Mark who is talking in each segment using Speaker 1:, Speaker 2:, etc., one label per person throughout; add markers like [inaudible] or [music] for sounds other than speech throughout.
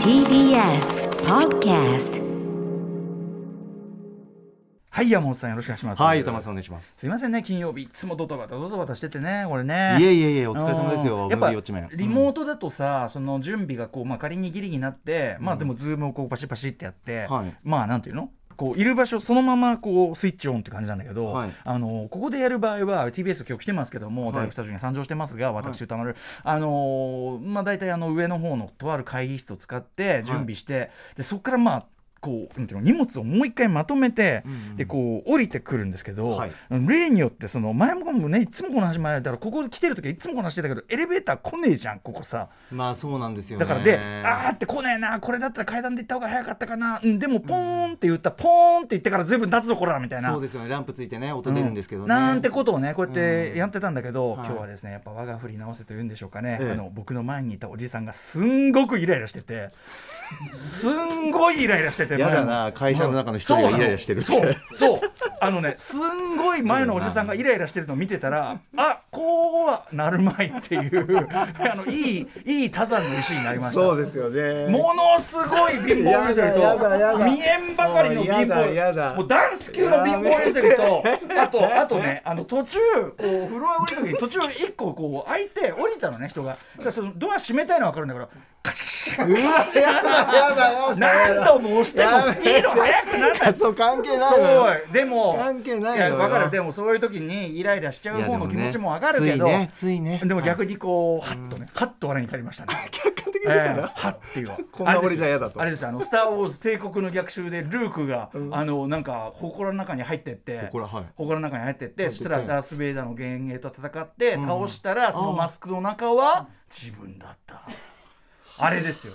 Speaker 1: TBS Podcast
Speaker 2: はい、山本さんよろしくお願いします。
Speaker 3: はい、歌丸さんお願いします。
Speaker 2: すいませんね、金曜日いつもドタバタドタバタしててね、これね。
Speaker 3: いえいえいえ、お疲れ様です
Speaker 2: や
Speaker 3: よ。
Speaker 2: っぱ
Speaker 3: ムービーウォッチメン
Speaker 2: リモートだとさ、その準備がこう、まあ、仮にギリになって、まあでもズームをこうパシパシってやって、
Speaker 3: はい
Speaker 2: まあなんていうのこういる場所そのままこうスイッチオンって感じなんだけど、
Speaker 3: はい
Speaker 2: あのここでやる場合は TBS 今日来てますけども、大学スタジオに参上してますが私歌丸、あのーまあ大体あの上の方のとある会議室を使って準備して、でそこからまあこうなんていうの荷物をもう一回まとめて、でこう降りてくるんですけど、
Speaker 3: はい
Speaker 2: 例によってその前ももねいつもこの話前だからここ来てる時はいつもこの話してたけどエレベーター来ねえじゃんここさ
Speaker 3: うん。まあ、そうなんですよね。
Speaker 2: だからで、あーって来ねえなこれだったら階段で行った方が早かったかな、うん、でもポーンって言ったらポーンって言ってから随分経つぞこらみたいな
Speaker 3: そうですよね。ランプついてね、音出るんですけどね。
Speaker 2: なんてことをねこうやってやってたんだけど、
Speaker 3: んはい
Speaker 2: 今日はですねやっぱ我が振り直せというんでしょうかね、
Speaker 3: ええ
Speaker 2: あの僕の前にいたおじさんがすんごくイライラしててすんごいイライラしてて
Speaker 3: [laughs] やだな
Speaker 2: 前の
Speaker 3: 会社の中の一人が
Speaker 2: そうな
Speaker 3: イライラしてるって
Speaker 2: そうそうあのねすんごい前のおじさんがイライラしてるのを見てたらあこうはなるまいっていう [laughs] あのいいいい多山の石になりました
Speaker 4: そうですよね。
Speaker 2: ものすごい貧乏ゆすりと
Speaker 4: やだやだやだ
Speaker 2: 見えんばかりの貧
Speaker 4: もうやだや
Speaker 2: 乏
Speaker 4: だ
Speaker 2: もうダンス級の貧乏ゆすりとあ
Speaker 4: [laughs]
Speaker 2: とあとねあの途中こうフロア降りた時に途中一個こう開いて降りたのね人がそしたらそのドア閉めたいのは分かるんだからカチッ
Speaker 4: うわやだやだやだ。
Speaker 2: 何度も押してもスピード速くならない
Speaker 4: そう関係ないのよ。
Speaker 2: そうでも
Speaker 4: 関係ない
Speaker 2: い
Speaker 4: の
Speaker 2: や
Speaker 4: よ
Speaker 2: 分かるでもそういう時にイライラしちゃう方の気持ちも分かるけど
Speaker 3: いやでもねついねついね
Speaker 2: でも逆にこうハッとねハッと笑いになりましたね
Speaker 4: 客観的に見た
Speaker 2: ええ
Speaker 4: ら。
Speaker 2: はっていうわ
Speaker 4: こんな俺じゃ嫌だと
Speaker 2: あれですよあれですよあの「スター・ウォーズ帝国の逆襲」でルークが、あのなんか祠の中に入ってって
Speaker 3: 祠はい
Speaker 2: 祠の中に入ってってそしたら
Speaker 3: はい
Speaker 2: ダース・ベイダーの幻影と戦って、倒したらそのマスクの中は自分だったあれですよ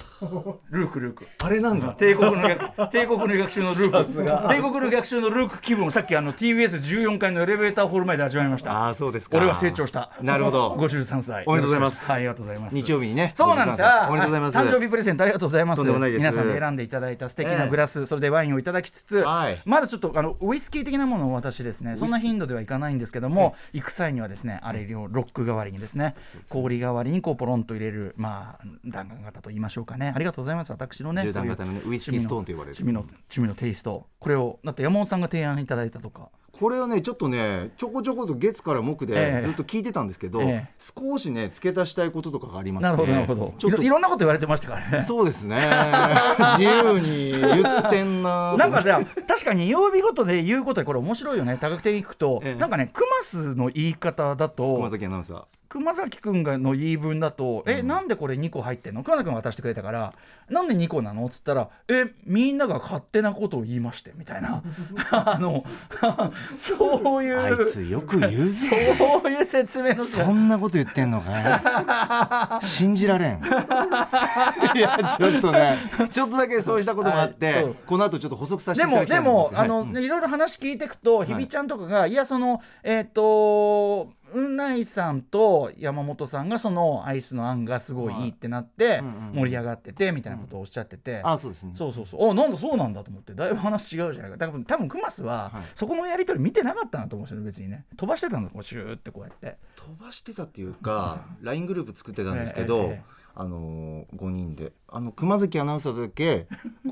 Speaker 2: ルークルーク
Speaker 3: あれなんだ。
Speaker 2: 帝国の
Speaker 3: [laughs]
Speaker 2: 逆帝国の逆襲のルーク帝国の逆襲のルーク気分をさっきあの TBS14 階のエレベーターホール前で味わいました
Speaker 3: ああ、そうですか。
Speaker 2: 俺は成長した
Speaker 3: なるほど。
Speaker 2: 53歳
Speaker 3: おめでとうございます
Speaker 2: はいありがとうございます
Speaker 3: 日曜日にね
Speaker 2: そうなんですよ
Speaker 3: 53歳おめでとうございます
Speaker 2: は誕生日プレゼントありがとうございます
Speaker 3: とんでもないです
Speaker 2: 皆さんで選んでいただいた素敵なグラス、それでワインをいただきつつ、
Speaker 3: はい
Speaker 2: まだちょっとあのウイスキー的なものを私ですねそんな頻度ではいかないんですけども、行く際にはですねあれをロック代わりにですね氷代わりにこうポロンと入れるまあ弾丸型と言いましょうかねありがとうございます私のね
Speaker 3: 銃弾型のね
Speaker 2: そういう
Speaker 3: ウイスキーストーンと呼ばれる
Speaker 2: 趣味の趣味のテイストこれをだって山本さんが提案いただいたとか
Speaker 3: これはね、ちょっとね、ちょこちょこと月から木
Speaker 2: ええ
Speaker 3: でずっと聞いてたんですけど
Speaker 2: ええ、
Speaker 3: 少しね、付け足したいこととかがありまして。
Speaker 2: なるほどなるほど、
Speaker 3: ちょっ
Speaker 2: いろい
Speaker 3: と。
Speaker 2: ろんなこと言われてましたからね
Speaker 3: そうです
Speaker 2: [laughs]
Speaker 3: ね。自由に言ってんな。
Speaker 2: なんかじゃあ確かに曜日ごとで言うことでこれ面白いよね多角的にいくと、
Speaker 3: ええ
Speaker 2: なんかねクマスの言い方だ
Speaker 3: 熊
Speaker 2: と
Speaker 3: 崎アナウンサー。
Speaker 2: 熊崎くんがの言い分だと「えなんでこれ2個入ってんの?」熊崎くんが渡してくれたから「なんで2個なの?」っつったら「えみんなが勝手なことを言いまして」みたいな [laughs] あの [laughs] そうい
Speaker 3: あ
Speaker 2: う
Speaker 3: いつよく言うぜ。
Speaker 2: そういう説明の仕方
Speaker 3: そんなこと言ってんの
Speaker 2: [laughs]
Speaker 3: かい信じられんいやちょっとねちょっとだけそうしたこともあって、
Speaker 2: はいそう
Speaker 3: この後ちょっと補足させて
Speaker 2: で
Speaker 3: いた
Speaker 2: も
Speaker 3: だきた
Speaker 2: で
Speaker 3: いと思
Speaker 2: も
Speaker 3: うん
Speaker 2: あの、
Speaker 3: すけどはい
Speaker 2: いろいろ話聞いてくと日比ちゃんとかが、い、やそのえっ、とうないさんと山本さんがそのアイスの案がすごいいいってなって盛り上がっててみたいなことをおっしゃってて、
Speaker 3: うんあそうですね
Speaker 2: そうそうそうあなんだそうなんだと思ってだいぶ話違うじゃないかだから多分クマスは、そこのやり取り見てなかったなと思うんですよね別にね飛ばしてたのこうシューってこうやって
Speaker 3: 飛ばしてたっていうか LINE グループ作ってたんですけど、
Speaker 2: ええええ
Speaker 3: あのー、5人であの熊崎アナウンサー
Speaker 2: [laughs]
Speaker 3: だけ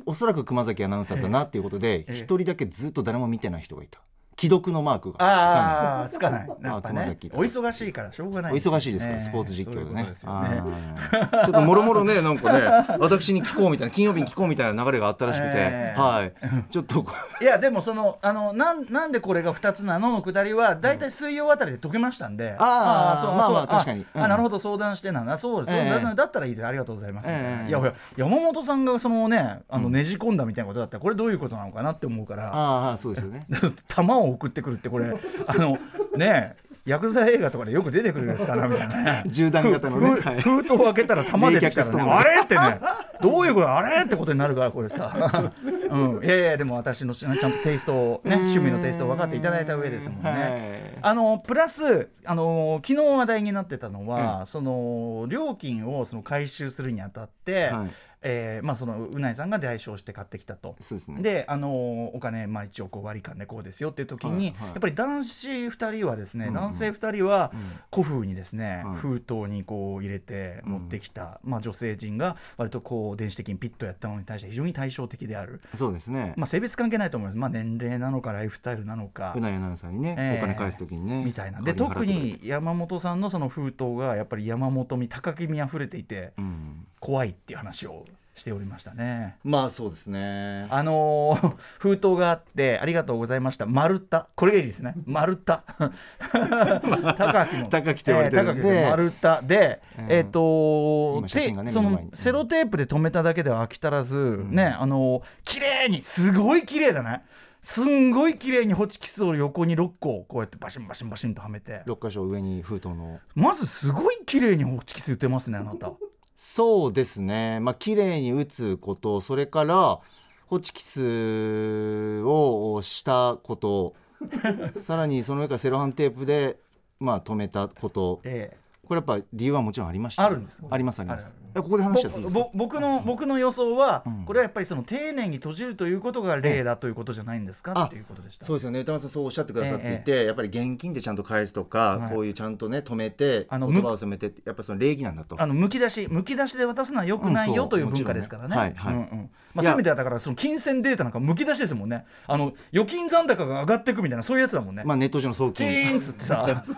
Speaker 3: おそらく熊崎アナウンサーだなっていうことで
Speaker 2: ええ
Speaker 3: 一人だけずっと誰も見てない人がいた既読のマークがつかな
Speaker 2: ああつかな
Speaker 3: い。
Speaker 2: い [laughs] やっぱ
Speaker 3: まあ熊
Speaker 2: ね
Speaker 3: 崎
Speaker 2: お忙しいからしょうがない
Speaker 3: お
Speaker 2: ですよね、
Speaker 3: 忙しいですから、スポーツ実況で
Speaker 2: そう
Speaker 3: ね。
Speaker 2: いうことですよね
Speaker 3: あ
Speaker 2: [laughs]
Speaker 3: ーちょっともろもろね、なんかね、私に聞こうみたいな、金曜日に聞こうみたいな流れがあったらしくて、
Speaker 2: ええ
Speaker 3: はい。ちょっと
Speaker 2: [laughs]
Speaker 3: こう、
Speaker 2: いやでもそのあのなんなんでこれが2つなののくだりは大体水曜あたりで解けましたんで、
Speaker 3: ああまあまあ確かに
Speaker 2: あ
Speaker 3: うん
Speaker 2: あなるほど相談してなんだそうです、
Speaker 3: ええ
Speaker 2: そうだだったらいいですありがとうございます、
Speaker 3: ええ
Speaker 2: いやほら山本さんがそのねあのねじ込んだみたいなことだったらこれどういうことなのかなって思うから、
Speaker 3: ああ、そうですよね。
Speaker 2: 弾を送ってくるってこれあのね薬剤映画とかでよく出てくるやつかなみたいなね
Speaker 3: 銃弾型のね
Speaker 2: ふふ
Speaker 3: はい
Speaker 2: 封筒を開けたら弾出てきたら、ね、
Speaker 3: 冷却したもの
Speaker 2: あれってねどういうことあれってことになるからこれ
Speaker 3: [laughs]
Speaker 2: さうん、いやいやでも私のちゃんとテイストをね趣味のテイストを分かっていただいた上ですもんね。
Speaker 3: はい
Speaker 2: あのプラスあの昨日話題になってたのは、その料金をその回収するにあたって、
Speaker 3: はい
Speaker 2: えーまあ、そのうないさんが代償して買ってきたと。
Speaker 3: そうですね
Speaker 2: であのーお金、まあ、一応こう割り勘でこうですよっていう時に、
Speaker 3: はいはい
Speaker 2: やっぱり男子2人はですね、男性2人は古風にですね、
Speaker 3: はい
Speaker 2: 封筒にこう入れて持ってきた、まあ、女性陣が割とこう電子的にピッとやったものに対して非常に対照的である、
Speaker 3: そうですね、
Speaker 2: まあ、性別関係ないと思います、まあ、年齢なのかライフスタイルなのか
Speaker 3: う。なぎアナウンサーにね、
Speaker 2: ええ
Speaker 3: お金返すときにね
Speaker 2: みたいなで
Speaker 3: 代わ
Speaker 2: 特
Speaker 3: り払ってくれて
Speaker 2: に山本さんのその封筒がやっぱり山本み高木みあふれていて
Speaker 3: うん
Speaker 2: 怖いっていう話をしておりましたね。
Speaker 3: まあそうですね
Speaker 2: あのー [laughs] 封筒があって、ありがとうございました、丸太、これがいいですね、丸
Speaker 3: [laughs]
Speaker 2: 太、高木の、
Speaker 3: 高木と言われてる
Speaker 2: えー高木
Speaker 3: んで
Speaker 2: の丸太で、
Speaker 3: うん
Speaker 2: えっ、と
Speaker 3: 今写真がね
Speaker 2: てそ
Speaker 3: 目の前
Speaker 2: の
Speaker 3: に
Speaker 2: セロテープで留めただけでは飽き足らず、ね、あのー綺麗に、すごい綺麗だね、すんごい綺麗にホチキスを横に6個、こうやってバシンバシンバシンとはめて、
Speaker 3: 6箇所上に封筒の
Speaker 2: まずすごい綺麗にホチキス打てますね、あなた。
Speaker 3: そうですねまあ綺麗に打つことそれからホチキスをしたこと
Speaker 2: [laughs]
Speaker 3: さらにその上からセロハンテープでまあ止めたこと
Speaker 2: ええ
Speaker 3: これやっぱ理由はもちろんありました
Speaker 2: あるんです
Speaker 3: ありますありま
Speaker 2: あ
Speaker 3: す
Speaker 2: る
Speaker 3: えここで話しちゃっていいですか
Speaker 2: ぼぼ僕の僕の予想は、
Speaker 3: うん
Speaker 2: これはやっぱりその丁寧に閉じるということが例だということじゃないんですか
Speaker 3: あ
Speaker 2: っていうことでした。
Speaker 3: そうですよね歌丸さんそうおっしゃってくださっていて、やっぱり現金でちゃんと返すとか、
Speaker 2: はい
Speaker 3: こういうちゃんとね止めて
Speaker 2: あの
Speaker 3: 言葉を染めてってやっぱその礼儀なんだと
Speaker 2: あのむき出しむき出しで渡すのはよくないよ、
Speaker 3: うんそ
Speaker 2: と
Speaker 3: う
Speaker 2: いう
Speaker 3: もち
Speaker 2: 文
Speaker 3: ろん
Speaker 2: 化ですからね。
Speaker 3: はいはい
Speaker 2: うんうんまあ、そ
Speaker 3: い
Speaker 2: う
Speaker 3: や
Speaker 2: いう意味ではだからその金銭データなんかむき出しですもんね。あの預金残高が上がっていくみたいなそういうやつだもんね。
Speaker 3: まあネット上の送
Speaker 2: チ
Speaker 3: 金
Speaker 2: ーンっつってさ、
Speaker 3: [laughs]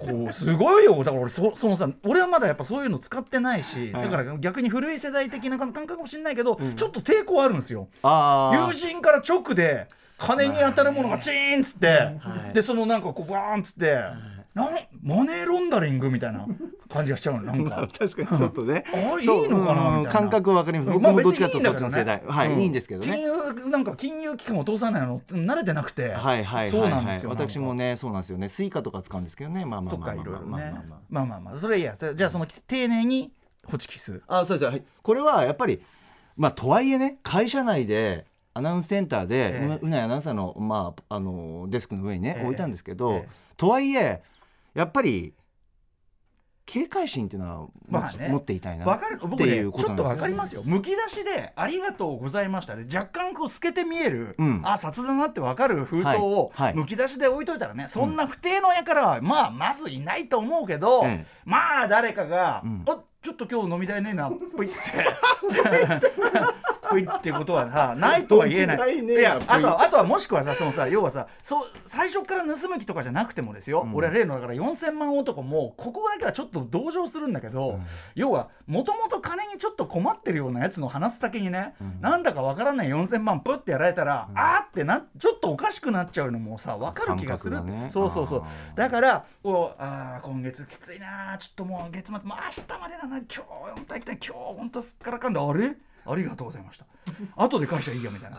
Speaker 2: こうすごいよ、だから俺そ、そのさ、俺はまだやっぱそういうの使ってないし、
Speaker 3: はい
Speaker 2: だから逆に古い世代的な感覚かもしれないけど、ちょっと抵抗あるんですよ。
Speaker 3: あー
Speaker 2: 友人から直で金に当たるものがチーンっつって、
Speaker 3: はい
Speaker 2: でそのなんかこうバーンっつって、なんマネーロンダリングみたいな感じがしちゃうのなんか
Speaker 3: [laughs] 確かにちょっとね
Speaker 2: あれ
Speaker 3: [laughs] そう
Speaker 2: いいのかな
Speaker 3: うん
Speaker 2: みたいな
Speaker 3: 感覚はわかります僕
Speaker 2: まあ
Speaker 3: も
Speaker 2: 別
Speaker 3: ど
Speaker 2: に
Speaker 3: っちかというとそっちの世代、
Speaker 2: いいんだけどね
Speaker 3: はい、
Speaker 2: うん
Speaker 3: いいんですけど
Speaker 2: 金
Speaker 3: ね
Speaker 2: 融なんか金融機関を通さないの慣れてなくて、
Speaker 3: はいはいはい、はい、
Speaker 2: そうなんですよ
Speaker 3: 私もねそうなんですよねスイカとか使うんですけどねまあまあ
Speaker 2: と
Speaker 3: ま
Speaker 2: か
Speaker 3: あ
Speaker 2: いろい
Speaker 3: まあ
Speaker 2: ろ
Speaker 3: まあまあ
Speaker 2: ね
Speaker 3: まあまあ
Speaker 2: まあまあまあそれいいやそれじゃあその丁寧にホチキス
Speaker 3: あそうですはい、これはやっぱり、まあ、とはいえね会社内でアナウンスセンターで、
Speaker 2: ええ
Speaker 3: ううないアナウンサーの,、まあ、あのデスクの上にね、
Speaker 2: ええ
Speaker 3: 置いたんですけど、
Speaker 2: ええ
Speaker 3: とはいえやっぱり警戒心っていうのは、
Speaker 2: まあね
Speaker 3: 持っていたいな
Speaker 2: わかる
Speaker 3: っ
Speaker 2: 僕
Speaker 3: て
Speaker 2: ね
Speaker 3: い
Speaker 2: ち
Speaker 3: うこと
Speaker 2: ょ
Speaker 3: な
Speaker 2: っ
Speaker 3: ん
Speaker 2: とわ
Speaker 3: ですよね
Speaker 2: かりますよむき出しで「ありがとうございました」で若干こう透けて見える、
Speaker 3: うん
Speaker 2: あ札だなってわかる封筒を
Speaker 3: はいはい
Speaker 2: むき出しで置いといたらね、そんな不定のやからはまあまずいないと思うけど、
Speaker 3: ええ
Speaker 2: まあ誰かが「
Speaker 3: ん
Speaker 2: あちょっと今日飲みたいねえな」ぷいっ
Speaker 3: [laughs]
Speaker 2: て。 [laughs] ぷいってことはさないとは言えな
Speaker 3: 飲みた
Speaker 2: い
Speaker 3: いねえない
Speaker 2: やあ
Speaker 3: ぷい
Speaker 2: とはあとはもしくはさそのさ要はさそう最初から盗む気とかじゃなくてもですよ、俺は例のだから4000万男もここだけはちょっと同情するんだけど、要はもともと金にちょっと困ってるようなやつの話す先にね、なんだかわからない4000万プッてやられたら、あーってなちょっとおかしくなっちゃうのもさわかる気がするっ
Speaker 3: 感
Speaker 2: て、
Speaker 3: 覚がね
Speaker 2: そうそうそう
Speaker 3: あー
Speaker 2: だからこうあー今月きついなーちょっともう月末もう明日までだな今日本当は行きたい今日本当すっからかんであれありがとうございました後で会社いいやみたいな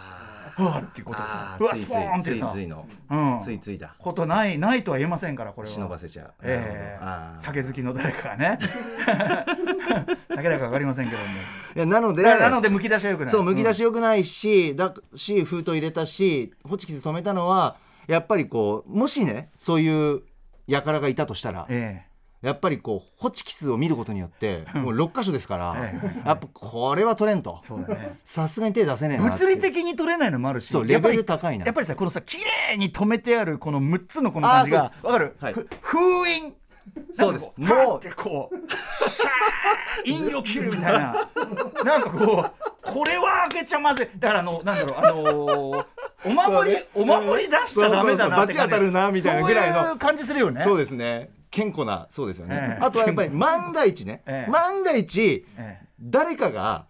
Speaker 2: うわーっていうことさ
Speaker 3: あ
Speaker 2: うわ
Speaker 3: つい
Speaker 2: ス
Speaker 3: つい
Speaker 2: ポーンって
Speaker 3: つい
Speaker 2: さ
Speaker 3: ついの、
Speaker 2: うん
Speaker 3: ついついだ
Speaker 2: ことないないとは言えませんからこれは
Speaker 3: 忍ばせちゃう、
Speaker 2: ええ
Speaker 3: なるほどあー
Speaker 2: 酒好きの誰かが
Speaker 3: [laughs]
Speaker 2: ね酒だか分かりませんけども
Speaker 3: いやなので
Speaker 2: だからなのでむき出しはよくない
Speaker 3: そうむき出
Speaker 2: し、
Speaker 3: し良くないし、だし封筒入れたしホチキス止めたのはやっぱりこうもしねそういう輩がいたとしたら、
Speaker 2: うんえ
Speaker 3: やっぱりこうホチキスを見ることによってもう6箇所ですから、
Speaker 2: ええ
Speaker 3: やっぱこれは取れんと
Speaker 2: えそうだね
Speaker 3: さすがに手出せねえなって
Speaker 2: 物理的に取れないのもあるし
Speaker 3: そう
Speaker 2: やっぱり
Speaker 3: レベル高いな
Speaker 2: やっぱりさこのさ綺麗に止めてあるこの6つのこの感じが
Speaker 3: あーそうです
Speaker 2: わかる、
Speaker 3: はい
Speaker 2: ふ封印
Speaker 3: そうです
Speaker 2: なんかこパッ
Speaker 3: もう
Speaker 2: てこうシ [laughs] ャーン陰を切るみたいな [laughs] なんかこうこれは開けちゃまずいだからあのなんだろうあのーお守り、お守り出しちゃダメだなって感じ
Speaker 3: そうそうそう罰当たるなみたいなぐらいの
Speaker 2: そういう感じするよね
Speaker 3: そうですね健康なそうですよね
Speaker 2: え、え
Speaker 3: あとはやっぱり万が一ね、
Speaker 2: ええ
Speaker 3: 万が一
Speaker 2: ええ
Speaker 3: 誰かが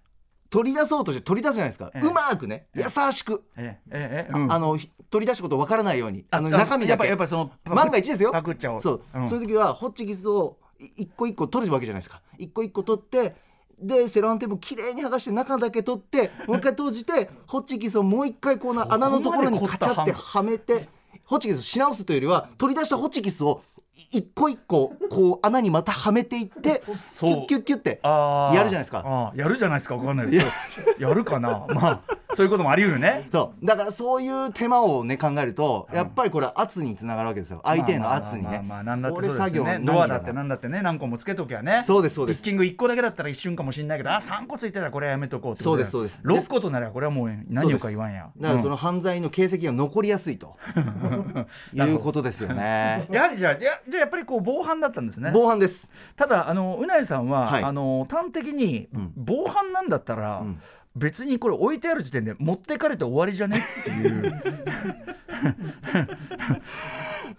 Speaker 3: 取り出そうとして取り出すじゃないですか、
Speaker 2: ええ
Speaker 3: うまくね優しく、
Speaker 2: ええええええうん
Speaker 3: あのひ取り出したこと分からないようにあの
Speaker 2: あ
Speaker 3: 中身
Speaker 2: や
Speaker 3: だ
Speaker 2: っぱ
Speaker 3: け
Speaker 2: やっぱその
Speaker 3: 万が一ですよ
Speaker 2: パクっちゃおう
Speaker 3: そう、
Speaker 2: うん
Speaker 3: そういう時はホッチキスをい一個一個取るわけじゃないですか一個一個取ってでセロハンテープをきれいに剥がして中だけ
Speaker 2: [laughs]
Speaker 3: 取ってもう一回閉じてホッチキスをもう一回この穴のところに
Speaker 2: そこま
Speaker 3: カ
Speaker 2: で凝っ
Speaker 3: チ
Speaker 2: た
Speaker 3: ャってはめてホッチキスをし直すというよりは取り出したホッチキスをい一個一個こう穴にまたはめていってキ
Speaker 2: そう
Speaker 3: ュッキュッキュッって
Speaker 2: あー
Speaker 3: やるじゃないですか
Speaker 2: あーやるじゃないですかわかんないですよやるかなまあそういうこともあり得るね
Speaker 3: そうだからそういう手間をね考えるとやっぱりこれは圧につながるわけですよ相手への圧に
Speaker 2: まあ
Speaker 3: ね
Speaker 2: まあまあまあなんだってそう
Speaker 3: 俺
Speaker 2: ですよ
Speaker 3: 作業
Speaker 2: ね
Speaker 3: 何
Speaker 2: ドアだって
Speaker 3: な
Speaker 2: なんだってね何個もつけときゃね
Speaker 3: そうですそうです
Speaker 2: ピッキング1個だけだったら一瞬かもしれないけどあ三3個ついてたらこれはやめとこうってことだよ
Speaker 3: そうですそうです
Speaker 2: 6個とならこれはもう何をか言わんや
Speaker 3: だからそ
Speaker 2: うん
Speaker 3: の犯罪の形跡が残りやすい
Speaker 2: [laughs]
Speaker 3: ということですよね
Speaker 2: やはりじゃあじゃあじゃあやっぱりこう防犯だったんですね
Speaker 3: 防犯です
Speaker 2: ただあのうなりさんは、
Speaker 3: はい
Speaker 2: あの端的に、
Speaker 3: ん
Speaker 2: 防犯なんだったら、
Speaker 3: ん
Speaker 2: 別にこれ置いてある時点で持ってかれて終わりじゃねっていう、
Speaker 3: [laughs]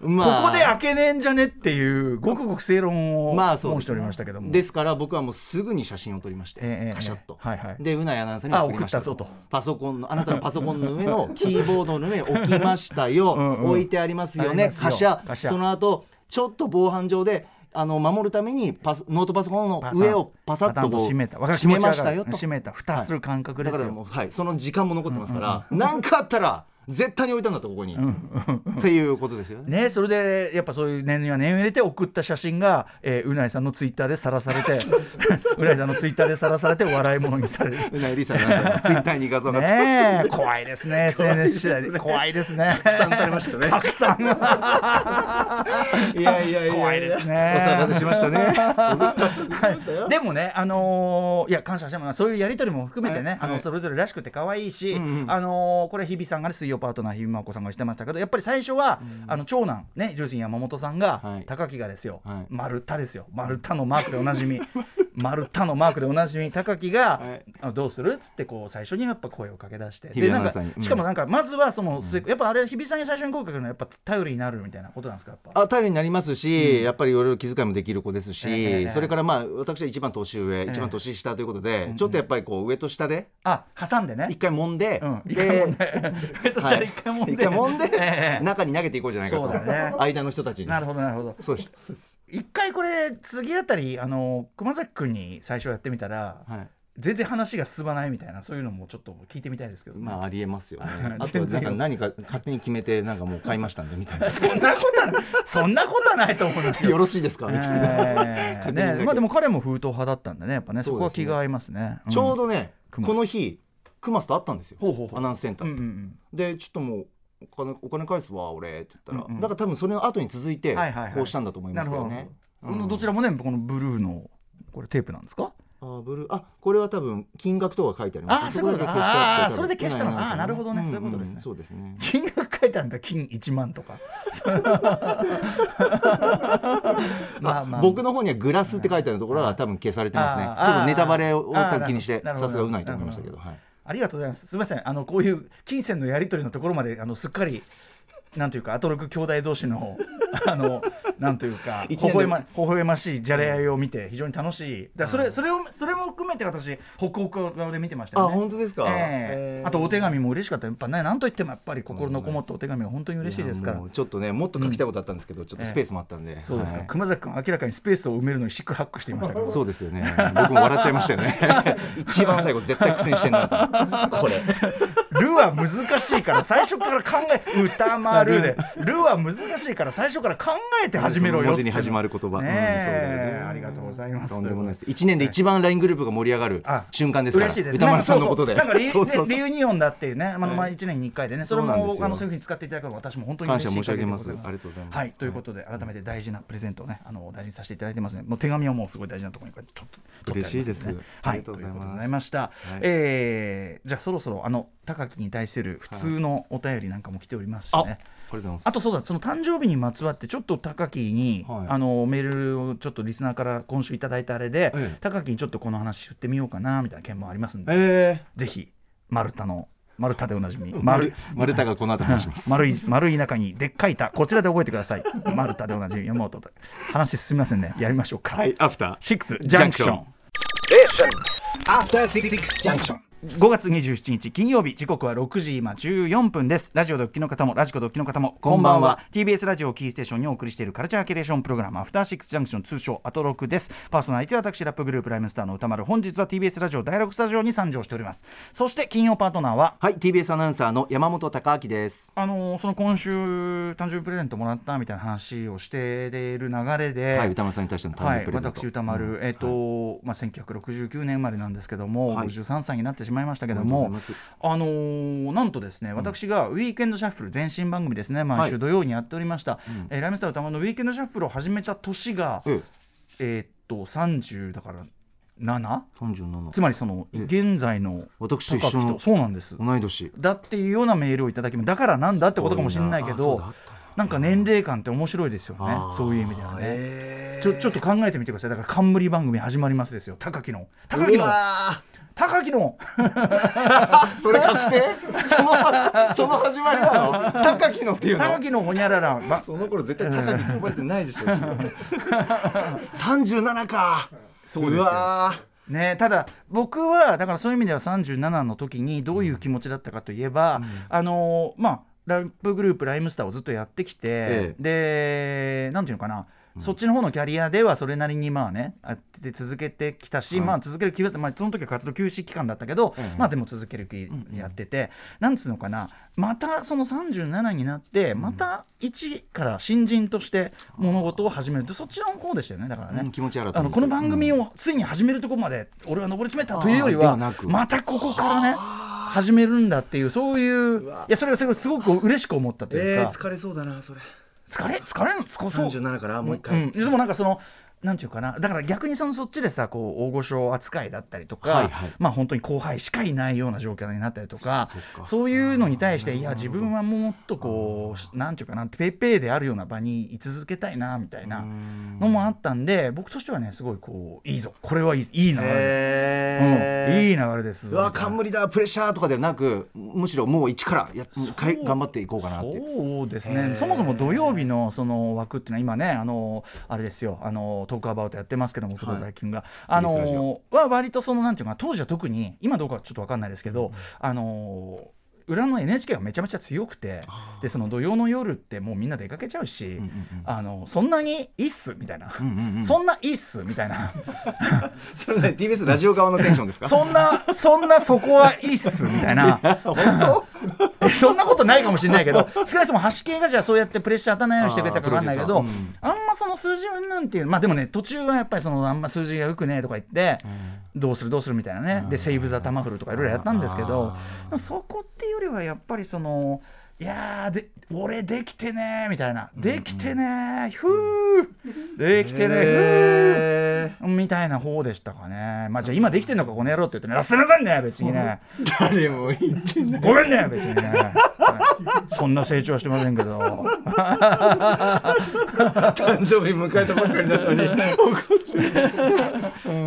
Speaker 3: まあ
Speaker 2: ここで開けねえんじゃねっていうごくごく正論を
Speaker 3: まあ
Speaker 2: 申
Speaker 3: そうですね
Speaker 2: しておりましたけども、
Speaker 3: ですから僕はもうすぐに写真を撮りまして、
Speaker 2: ええ
Speaker 3: カシャッと、
Speaker 2: ええはいはい
Speaker 3: でうなやアナウンサーに送りました
Speaker 2: あ送ったぞと
Speaker 3: パソコンのあ
Speaker 2: [laughs]
Speaker 3: なたのパソコンの上のキーボードの上に置きましたよ
Speaker 2: うんうん
Speaker 3: 置いてありますよ
Speaker 2: あり
Speaker 3: ね
Speaker 2: ますよ
Speaker 3: カシャ
Speaker 2: カシャ
Speaker 3: その後ちょっと防犯上であの守るためにパスノートパソコンの上をパサッと
Speaker 2: ンと
Speaker 3: こう
Speaker 2: 閉めたわかる
Speaker 3: 閉めました
Speaker 2: 気持ちわ
Speaker 3: よと
Speaker 2: かる閉めた蓋する感覚で
Speaker 3: だ
Speaker 2: す
Speaker 3: か
Speaker 2: よ、
Speaker 3: らもう、はい、その時間も残ってますから何、かあったら絶対に置いたんだとここに、っていうことですよね。
Speaker 2: ね、それでやっぱそういう念には念を入れて送った写真が、えー、うないさんのツイッターでさらされてうないさんのツイッターでさらされて笑い物にされる。
Speaker 3: うなえりさんのツイッターに画像がた
Speaker 2: [laughs]
Speaker 3: く
Speaker 2: ねえ怖いですね SNS 次第で怖いですね
Speaker 3: さんされましたね。
Speaker 2: たくさん
Speaker 3: いやいやいや
Speaker 2: 怖いですね
Speaker 3: お騒がせしまし
Speaker 2: [laughs]
Speaker 3: たね。
Speaker 2: はいでもね、あのーいや感謝してますそういうやり取りも含めてね、
Speaker 3: はい
Speaker 2: あの
Speaker 3: はい
Speaker 2: それぞれらしくて可愛いし、あのーこれ日比さんがね水曜パートナー日比真央子さんがしてましたけどやっぱり最初は、あの長男ね上司山本さんが、
Speaker 3: はい
Speaker 2: 高木がですよ、
Speaker 3: はい
Speaker 2: 丸太ですよ丸太のマークでおなじみ
Speaker 3: [laughs]
Speaker 2: 丸太のマークでおなじみ高木が、
Speaker 3: はい
Speaker 2: あどうするっつってこう最初にやっぱ声をかけ出して
Speaker 3: 日
Speaker 2: で
Speaker 3: 比
Speaker 2: な
Speaker 3: ア
Speaker 2: ん
Speaker 3: ナウン
Speaker 2: か
Speaker 3: サーにうん
Speaker 2: しかもなんかまずはその、末やっぱあれ日比さんに最初に声かけるのはやっぱ頼りになるみたいなことなんですかやっぱ。
Speaker 3: あ頼りになりますし、やっぱりいろいろ気遣いもできる子ですし、
Speaker 2: ええ
Speaker 3: それからまあ私は一番年上、一番年下ということで、ちょっとやっぱりこう上と下で
Speaker 2: あ挟んでね
Speaker 3: 一回揉んで、
Speaker 2: うん一回
Speaker 3: で
Speaker 2: 揉んで上と下で一回もんで、
Speaker 3: 一回揉んで、
Speaker 2: ええ
Speaker 3: 中に投げていこうじゃないかと、
Speaker 2: そうだね
Speaker 3: 間の人たちに。
Speaker 2: なるほどなるほど
Speaker 3: そうですそうです
Speaker 2: 一回これ次あたりあの熊崎君に最初やってみたら、
Speaker 3: はい
Speaker 2: 全然話が進まないみたいなそういうのもちょっと聞いてみたいですけど、。
Speaker 3: まあありえますよねあと
Speaker 2: 全
Speaker 3: な
Speaker 2: 然
Speaker 3: んか何か勝手に決めてなんかもう買いましたんで
Speaker 2: [laughs]
Speaker 3: みたいな
Speaker 2: そんなことはそんなことはないと思うんです
Speaker 3: よ
Speaker 2: よ。
Speaker 3: ろしいですかみたいな。
Speaker 2: えー
Speaker 3: 確認だけ
Speaker 2: ね、まあでも彼も封筒派だったんでねやっぱねそこは気が合いますね。
Speaker 3: ちょう
Speaker 2: ど、
Speaker 3: どね、
Speaker 2: 熊
Speaker 3: この日クマスと会ったんですよ
Speaker 2: ほうほうほう
Speaker 3: アナウンスセンタ
Speaker 2: う
Speaker 3: ー
Speaker 2: ん
Speaker 3: で、
Speaker 2: うんうん、
Speaker 3: でちょっともうお金お金返すわ俺って言ったら、
Speaker 2: うんうん
Speaker 3: だから多分それの後に続いて
Speaker 2: はいはいはい
Speaker 3: こうしたんだと思いますけどね、
Speaker 2: なるほどどちらもねこのブルーのこれテープなんですか
Speaker 3: あブルーあこれは多分金額とか書いてあります
Speaker 2: あーそういうこと
Speaker 3: こ
Speaker 2: か
Speaker 3: だけ消してあ
Speaker 2: あー
Speaker 3: って
Speaker 2: それで消したの
Speaker 3: 多分
Speaker 2: あーなるほどね
Speaker 3: んん
Speaker 2: そういうことですね
Speaker 3: そうですね
Speaker 2: 金額書いてあるんだ金1万
Speaker 3: [laughs]
Speaker 2: とかまあまあ
Speaker 3: 僕の方にはグラスって書いてあるところは多分消されてますね
Speaker 2: あー
Speaker 3: ちょっとネタバレを
Speaker 2: あー
Speaker 3: 多分気にして
Speaker 2: なるほど
Speaker 3: さすがうないと思いましたけどはい
Speaker 2: ありがとうございます。すみません。あのこういう金銭のやり取りのところまであのすっかり。なんというかアトロク兄弟同士の [laughs] あのなんというか微
Speaker 3: 一年で
Speaker 2: 笑ま微笑ましいじゃれ合いを見て非常に楽しいだからそれそれをそれも含めて私ホクホク顔で見てましたよね
Speaker 3: あ本当ですか
Speaker 2: ええ
Speaker 3: へえ
Speaker 2: あとお手紙も嬉しかったやっぱね何と言ってもやっぱり心のこもったお手紙は本当に嬉しいですから
Speaker 3: もうちょっとねもっと書きたいことあったんですけど、ちょっとスペースもあったんで、
Speaker 2: そうですか、
Speaker 3: はい
Speaker 2: 熊崎君は明らかにスペースを埋めるのにシックハックしていましたけど
Speaker 3: そうですよね。僕も笑っちゃいました
Speaker 2: [laughs]
Speaker 3: よね。一番最後絶対苦戦してんなと。これ。
Speaker 2: ルは難しいから最初から考え歌丸でルは難しいから最初から考えて始めろよ
Speaker 3: 文字に始まる言葉。
Speaker 2: ね
Speaker 3: うんそうだよ
Speaker 2: え
Speaker 3: ね
Speaker 2: ありがとうございます
Speaker 3: とんでもないです。一年で一番ライングループが盛り上がる
Speaker 2: あ
Speaker 3: 瞬間ですから。
Speaker 2: 嬉しいです
Speaker 3: 歌丸さんのことで。
Speaker 2: なんかそうそうなんかリ
Speaker 3: そうそうそう
Speaker 2: リユニオンだっていうね、あのまあ
Speaker 3: はい
Speaker 2: 一年に一回でね、それも
Speaker 3: そうなんですよ
Speaker 2: あのそういうふうに使っていただくのは私も本当に嬉しい
Speaker 3: 感謝申し上げます
Speaker 2: 限でござ
Speaker 3: ありがとうございます
Speaker 2: はい、ということで改めて大事なプレゼントをね、あの大事にさせていただいてますね。もう手紙はもうすごい大事なところにこうやってちょっと取ってありますんね
Speaker 3: 嬉しいです
Speaker 2: は
Speaker 3: あり
Speaker 2: い、
Speaker 3: がと
Speaker 2: とい
Speaker 3: うございうま
Speaker 2: こ
Speaker 3: す
Speaker 2: とでございました。
Speaker 3: い
Speaker 2: えーじゃあそろそろあの高木に対する普通のお便りなんかも来ておりますし
Speaker 3: あ、あり
Speaker 2: ね
Speaker 3: が。とうございます。
Speaker 2: あとそうだその誕生日にまつわってちょっと高木に、
Speaker 3: はい
Speaker 2: あのメールをちょっとリスナーから今週いただいたあれで、
Speaker 3: ええ
Speaker 2: 高木にちょっとこの話振ってみようかなみたいな件もありますんで、
Speaker 3: え
Speaker 2: ぜひ丸太の丸太でおなじ
Speaker 3: [laughs]
Speaker 2: み
Speaker 3: ー
Speaker 2: 丸
Speaker 3: 丸太がこの後話します。
Speaker 2: 丸い丸い中にでっかい田こちらで覚えてください丸太でおなじみ山本と話進みませんねやりましょうか、
Speaker 3: はい、アフター。
Speaker 2: 6ジャンクション
Speaker 4: After Six Junction.
Speaker 2: 5月27日金曜日時刻は6時今14分ですラジオドッキの方もラジコドッキの方もこんばんは
Speaker 3: こんばんは
Speaker 2: TBS ラジオをキーステーションにお送りしているカルチャーキュレーションプログラムアフターシックスジャンクション通称アトロクですパーソナリティは私ラップグループライムスターの歌丸本日は TBS ラジオ第6スタジオに参上しておりますそして金曜パートナーは
Speaker 3: はい、TBS アナウンサーの山本貴明です。
Speaker 2: あのーその今週誕生日プレゼントもらったみたいな話をしている流れで、
Speaker 3: はい、歌丸さんに対しての誕生
Speaker 2: は
Speaker 3: 日
Speaker 2: い、
Speaker 3: プレゼント。
Speaker 2: 私歌丸、えっ、と、まあ1969年生まれなんですけども、
Speaker 3: はい
Speaker 2: 53歳になってししまいましたけど
Speaker 3: あり
Speaker 2: も
Speaker 3: がとうござい
Speaker 2: あのーなんとですね私が「ウィークエンドシャッフル」前身番組ですね毎
Speaker 3: は
Speaker 2: 週
Speaker 3: い
Speaker 2: 土曜にやっておりました「えーライムスター歌丸のウィークエンドシャッフル」を始めた年が、
Speaker 3: ええ
Speaker 2: えーっと30だから 7?
Speaker 3: 37
Speaker 2: つまりその現在の
Speaker 3: 私と一緒の
Speaker 2: 高木そうなんです
Speaker 3: 同い年
Speaker 2: だっていうようなメールをいただきだからなんだってことかもしれないけ
Speaker 3: すごい
Speaker 2: ど
Speaker 3: なあそうだった
Speaker 2: なんか年齢感って面白いですよね
Speaker 3: あー
Speaker 2: そういう意味ではね、
Speaker 3: え
Speaker 2: ちょちょっと考えてみてくださいだから冠番組始まりますですよ高木の高木
Speaker 3: う
Speaker 2: の
Speaker 3: わ
Speaker 2: 高木の
Speaker 3: ーそれ確定そのその始まりなの高木のっていう
Speaker 2: 高木のほにゃららば
Speaker 3: [laughs] その頃絶対高木って呼ばれてないでし [laughs] ょ37か
Speaker 2: そうですよ
Speaker 3: わー
Speaker 2: ね、ただ僕はだからそういう意味では37の時にどういう気持ちだったかといえば、あのーまあラップグループライムスターをずっとやってきて、
Speaker 3: え
Speaker 2: でなんていうのかな、そっちの方のキャリアではそれなりにまあねあって続けてきたし、まあ続ける気だった、まあ、その時は活動休止期間だったけど、まあでも続ける気やってて、なんつうのかなまたその37になってまた一から新人として物事を始めると、そっちの方でしたよねだからね、
Speaker 3: うん気持ち新たに
Speaker 2: あのこの番組をついに始めるところまで俺は上り詰めたというより
Speaker 3: で
Speaker 2: は
Speaker 3: はなく
Speaker 2: またここからね始めるんだっていうそういういやそれがすごいすごく嬉しく思ったという
Speaker 3: えー、
Speaker 2: か、
Speaker 3: 疲れそうだなそれ
Speaker 2: 疲れ疲れの疲れそう
Speaker 3: 37からもう一
Speaker 2: う
Speaker 3: 回、
Speaker 2: ん、でもなんかそのなんていうかなだから逆にそのそっちでさこう大御所扱いだったりとか、
Speaker 3: はいはい
Speaker 2: まあ本当に後輩しかいないような状況になったりとか
Speaker 3: そっか
Speaker 2: そういうのに対していや自分はもっとこうなんていうかなペイペイであるような場に居続けたいなみたいなのもあったんで僕としてはねすごいこういいぞこれはいいいい流れ、
Speaker 3: え
Speaker 2: うん、
Speaker 3: ー
Speaker 2: いい流れです
Speaker 3: うわ
Speaker 2: みたいな
Speaker 3: 冠だプレッシャーとかではなくむしろもう一からやっかい頑張っていこうかなっていう
Speaker 2: そうですねそもそも土曜日のその枠っていうのは今ねあのあれですよあのトークアバウトやってますけども工藤大金が、あ
Speaker 3: TBS ラジ
Speaker 2: のは割とそのなんていうか当時は特に今どうかちょっと分かんないですけど、あの裏の NHK がめちゃめちゃ強くてでその土曜の夜ってもうみんな出かけちゃうし、あのそんなにいいっすみたいな、そんないいっすみたいな
Speaker 3: [laughs] それ TBS ラジオ側のテンションですか
Speaker 2: そんなそんなそこはいいっすみたいな。
Speaker 3: 本
Speaker 2: え [laughs] そんなことないかもしれないけど少なくとも橋系がじゃあそうやってプレッシャー当たらないようにしてくれたか分かんないけどあ,、
Speaker 3: あープロデュー
Speaker 2: んまその数字うんなんていうまあでもね途中はやっぱりそのあんま数字がよくねえとか言って、どうするどうするみたいなね、で「セイブ・ザ・タマフル」とかいろいろやったんですけどでもそこっていうよりはやっぱりその。いやーで俺できてねーみたいな、できてねーふーできてねー、ふー
Speaker 3: え
Speaker 2: みたいな方でしたかねまあじゃあ今できてんのかこの野郎って言ってねあすいませんね別にね
Speaker 3: ー誰も言ってない
Speaker 2: ごめんね別に [laughs] ねそんな成長はしてませんけど
Speaker 3: 誕生日迎えたばっかりなのに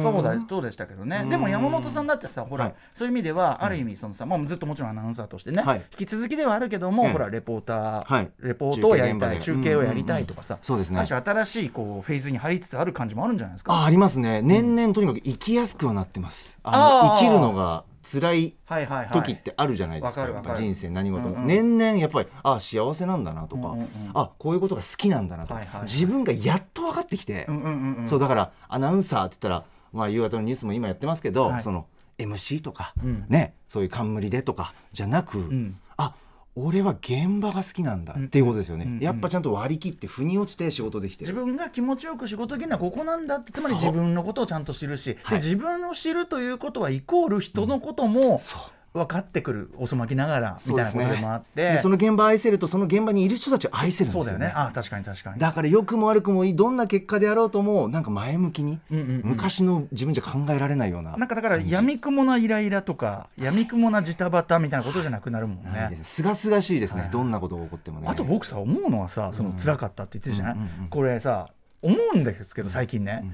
Speaker 2: そうだそうでしたけどねでも山本さんだってさほら、
Speaker 3: はい
Speaker 2: そういう意味ではある意味そのさ、まあ、ずっともちろんアナウンサーとしてね、
Speaker 3: はい
Speaker 2: 引き続きではあるけども、
Speaker 3: ええ
Speaker 2: ほらレポーター、
Speaker 3: はい
Speaker 2: レポートをやりたい中
Speaker 3: 中継現場で
Speaker 2: 継をやりたいとかさ、
Speaker 3: うんうんうんそうですね
Speaker 2: ある種新しいこうフェーズに入りつつある感じもあるんじゃないですか。
Speaker 3: [laughs] あありますね年々とにかく生きやすくはなってますあ
Speaker 2: あ
Speaker 3: の
Speaker 2: ー
Speaker 3: 生きるのが辛い
Speaker 2: はいはいはい
Speaker 3: 時ってあるじゃないですか,、
Speaker 2: わかるわかる
Speaker 3: 人生何事も、
Speaker 2: うんうん
Speaker 3: 年々やっぱりああ幸せなんだなとか、
Speaker 2: うんうんうん
Speaker 3: あこういうことが好きなんだなとか、
Speaker 2: はいはい
Speaker 3: 自分がやっと分かってきて、
Speaker 2: うんうんうんうん
Speaker 3: そうだからアナウンサーって言ったら、まあ、夕方のニュースも今やってますけど、
Speaker 2: はい
Speaker 3: その MC とか、
Speaker 2: ん
Speaker 3: ねそういう冠でとかじゃなく、
Speaker 2: ん
Speaker 3: あ俺は現場が好きなんだっていうことですよね、
Speaker 2: うん
Speaker 3: やっぱちゃんと割り切って腑に落ちて仕事できて
Speaker 2: 自
Speaker 3: る
Speaker 2: 分が気持ちよく仕事できるのはここなんだってつまり
Speaker 3: そ
Speaker 2: 自
Speaker 3: う
Speaker 2: 分のことをちゃんと知るし、
Speaker 3: はい
Speaker 2: で自分を知るということはイコール人のことも
Speaker 3: そう
Speaker 2: 分かってくる遅まきながらみたいなことでもあって、
Speaker 3: でその現場を愛せるとその現場にいる人たちを愛せるんです
Speaker 2: そ
Speaker 3: よ
Speaker 2: うだよねあ確かに確かに
Speaker 3: だから良くも悪くもいいどんな結果であろうともなんか前向きに、
Speaker 2: んうんうん
Speaker 3: 昔の自分じゃ考えられないような
Speaker 2: なんかだからやみくもなイライラとかやみくもなジタバタみたいなことじゃなくなるもん
Speaker 3: いいで
Speaker 2: ね。
Speaker 3: すがすがしいですね、どんなことが起こってもね
Speaker 2: あと僕さ思うのはさその辛かったって言ってるじゃない、これさ思うんですけど最近ね、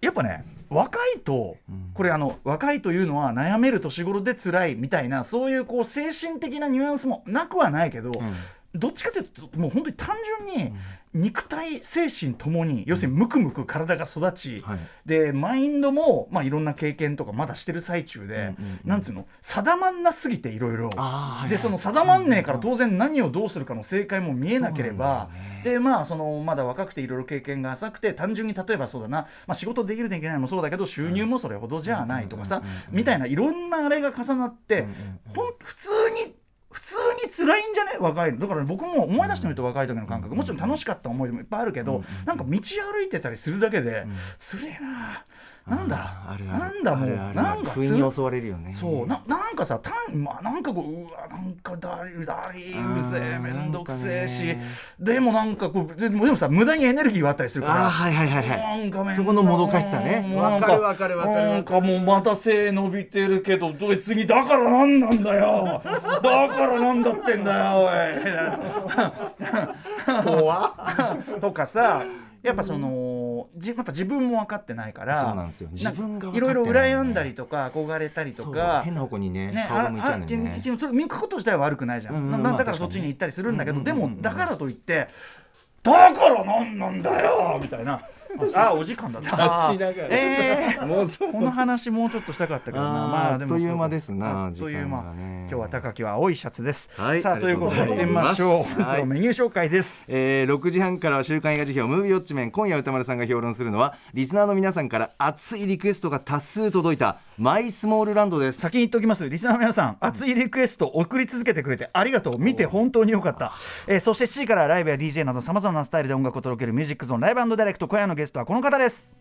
Speaker 2: やっぱね若いとこれあの若いというのは悩める年頃で辛いみたいなそういうこう精神的なニュアンスもなくはないけど。どっちかというともう本当に単純に肉体精神ともに要するにムクムク体が育ち、
Speaker 3: はい
Speaker 2: でマインドも、まあ、いろんな経験とかまだしてる最中で、なんつうの定まんなすぎていろいろ
Speaker 3: あーはい
Speaker 2: でその定まんねえから当然何をどうするかの正解も見えなければ、でまあそのまだ若くていろいろ経験が浅くて単純に例えばそうだな、まあ、仕事できるできないもそうだけど収入もそれほどじゃないとかさみたいないろんなあれが重なって、ほん普通に普通に辛いんじゃね若いのだから僕も思い出してみると若い時の感覚もちろん楽しかった思い出もいっぱいあるけどなんか道歩いてたりするだけでつれえななんだ
Speaker 3: あるある
Speaker 2: なんだもう
Speaker 3: あるある
Speaker 2: なんか
Speaker 3: 不意
Speaker 2: つ
Speaker 3: に襲われるよね
Speaker 2: そうなななんかさ単まあなんかこううわなんかだりだりうるせえ
Speaker 3: うん
Speaker 2: めんどくせえし、
Speaker 3: なんかね
Speaker 2: でもなんかこうででもさ無駄にエネルギーはあったりするから。
Speaker 3: あーはいはいはいはい
Speaker 2: なんかめん
Speaker 3: そこのもどかしさね
Speaker 2: うん
Speaker 3: わかるわかるわかる
Speaker 2: なんかもうまた背伸びてるけど別にだからなんなんだよ
Speaker 3: [laughs]
Speaker 2: だからなんだってんだよおいみたいな
Speaker 3: 怖っ
Speaker 2: とかさやっぱその、じやっぱ自分も分かってないから
Speaker 3: そうなんですよ自分が分かってない
Speaker 2: いろいろ羨んだりとか憧れたりと
Speaker 3: そう
Speaker 2: か
Speaker 3: 変な方向にね
Speaker 2: ね、
Speaker 3: 顔
Speaker 2: あ
Speaker 3: が向いちゃう
Speaker 2: あ
Speaker 3: んだ
Speaker 2: で
Speaker 3: よ
Speaker 2: も
Speaker 3: ね
Speaker 2: でもそれ見ること自体は悪くないじゃん、
Speaker 3: うんうん
Speaker 2: な
Speaker 3: まあ
Speaker 2: だからそっちに行ったりするんだけど、
Speaker 3: 確かに
Speaker 2: でもだからといって、だからなんなんだよみた
Speaker 3: [laughs]
Speaker 2: いなあお時間だった
Speaker 3: 立ちながら
Speaker 2: えー
Speaker 3: もうそう
Speaker 2: この話もうちょっとしたかったけどな
Speaker 3: あー
Speaker 2: まあでも
Speaker 3: あっという間ですな
Speaker 2: あっという
Speaker 3: 時間
Speaker 2: 間、
Speaker 3: がね
Speaker 2: 今日は高木は青いシャツです、
Speaker 3: はい
Speaker 2: さあ
Speaker 3: あり
Speaker 2: と
Speaker 3: が
Speaker 2: い
Speaker 3: と
Speaker 2: う
Speaker 3: う
Speaker 2: こ
Speaker 3: ご
Speaker 2: と
Speaker 3: ざ
Speaker 2: で
Speaker 3: います
Speaker 2: 行ってみましょう本
Speaker 3: はい
Speaker 2: 日のメニュー紹介です
Speaker 3: えー6時半からは週刊映画辞表ムービーウォッチメン今夜歌丸さんが評論するのはリスナーの皆さんから熱いリクエストが多数届いたマイスモールランドです
Speaker 2: 先に言っておきますリスナーの皆さん熱いリクエスト送り続けてくれてありがとう見て本当によかった、えーそして7時からライブや DJ などさまざまなスタイルで音楽を届けるミュージックゾーンライブダイレクト今夜のゲストはこの方です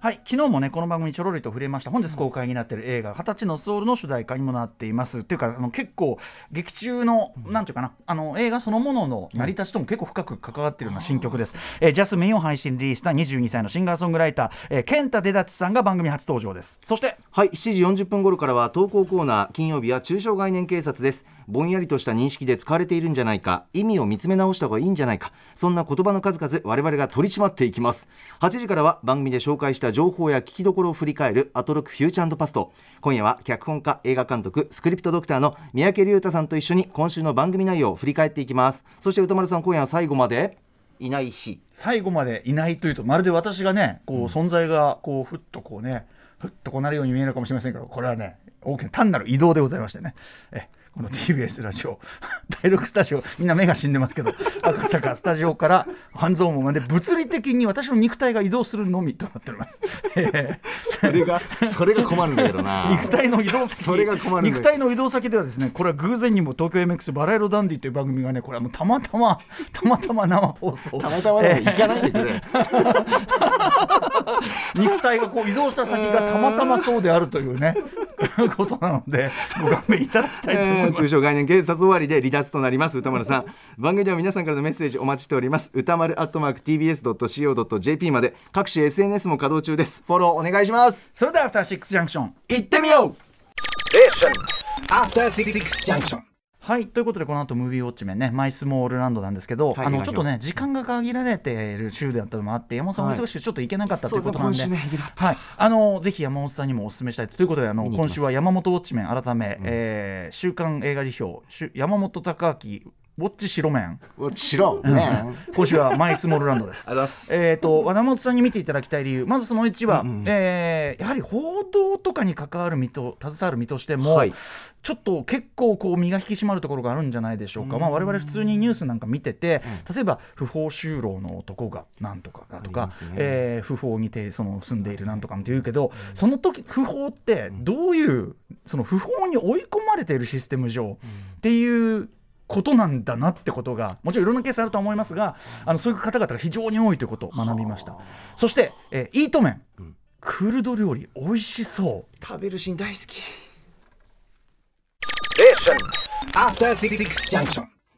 Speaker 2: はい昨日もねこの番組にちょろりと触れました本日公開になっている映画「二十歳のソウル」の主題歌にもなっていますっていうかあの結構劇中の、なんていうかなあの映画そのものの成り立ちとも結構深く関わっているような新曲です、えージャスミンを配信リリースした22歳のシンガーソングライター、えー、健太出立さんが番組初登場ですそして
Speaker 3: はい7時40分頃からは投稿コーナー金曜日は中小概念警察ですぼんやりとした認識で使われているんじゃないか意味を見つめ直した方がいいんじゃないかそんな言葉の数々我々が取り締まっていきます8時からは番組で紹介した情報や聞きどころを振り返るアトロックフューチャーパスト今夜は脚本家映画監督スクリプトドクターの三宅龍太さんと一緒に今週の番組内容を振り返っていきますそして歌丸さん今夜は最後までいない日
Speaker 2: 最後までいないというとまるで私がねこう存在がこうふっとこうねふっとこうなるように見えるかもしれませんけどこれはね大きな単なる移動でございましてねえこの TBS ラジオ [laughs] 第6スタジオみんな目が死んでますけど [laughs] 赤坂スタジオから半蔵門まで物理的に私の肉体が移動するのみとなっております。 [laughs]
Speaker 3: [laughs]
Speaker 2: えー
Speaker 3: それがそれが困るんだけどな [laughs]
Speaker 2: 肉体の移動先
Speaker 3: それが困るんだよ
Speaker 2: 肉体の移動先ではですねこれは偶然にも東京 MX バラ色ダンディという番組がねこれはもうたまたまたまたま生放送
Speaker 3: たまたまでも行かないでくれ
Speaker 2: 肉体がこう移動した先がたまたまそうであると [laughs] いうねことなのでご勘弁いただきたいと思い
Speaker 3: えー
Speaker 2: ます。
Speaker 3: 中小概念警察終わりで離脱となります歌丸さん番組では皆さんからのメッセージお待ちしております歌丸アットマーク TBS.CO.JP まで各種 SNS も稼働中ですフォローお願いします
Speaker 2: それではアフターシックスジャンクション
Speaker 3: 行ってみよう
Speaker 4: Station. After Six Junction.
Speaker 2: はいということでこの後ムービーウォッチメンねマイスモールランドなんですけど、
Speaker 3: はい
Speaker 2: あ
Speaker 3: 映
Speaker 2: の
Speaker 3: 画
Speaker 2: ちょっとね時間が限られている週だったのもあって山本さんお忙しくちょっと行けなかったということなんで,、
Speaker 3: そうですね今週ねいろいろあっ
Speaker 2: はいあのぜひ山本さんにもお勧めしたいとということであの
Speaker 3: に行きま
Speaker 2: 今
Speaker 3: す
Speaker 2: 週は山本ウォッチメン改め、えー週刊映画辞表週山本貴明ウォッチ白面
Speaker 3: おしろね
Speaker 2: [laughs] 今週はマイスモールランドです。
Speaker 3: ありがとうございます
Speaker 2: えっと、和田本さんに見ていただきたい理由、まずその1は、えーやはり報道とかに関わる身と、携わる身としても、
Speaker 3: はい
Speaker 2: ちょっと結構こう身が引き締まるところがあるんじゃないでしょうか。まあ、我々普通にニュースなんか見てて、例えば不法就労の男がなんとかだと
Speaker 3: あ
Speaker 2: か
Speaker 3: りますね、
Speaker 2: えー不法にてその住んでいるなんとかって言うけど、その時不法ってどういうその不法に追い込まれているシステム上っていうことなんだなってことがもちろんいろんなケースあるとは思いますがあのそういう方々が非常に多いということを学びましたそして、えーイート麺、クールド料理美味しそう
Speaker 3: 食べるシーン大好き
Speaker 4: After Six Junction.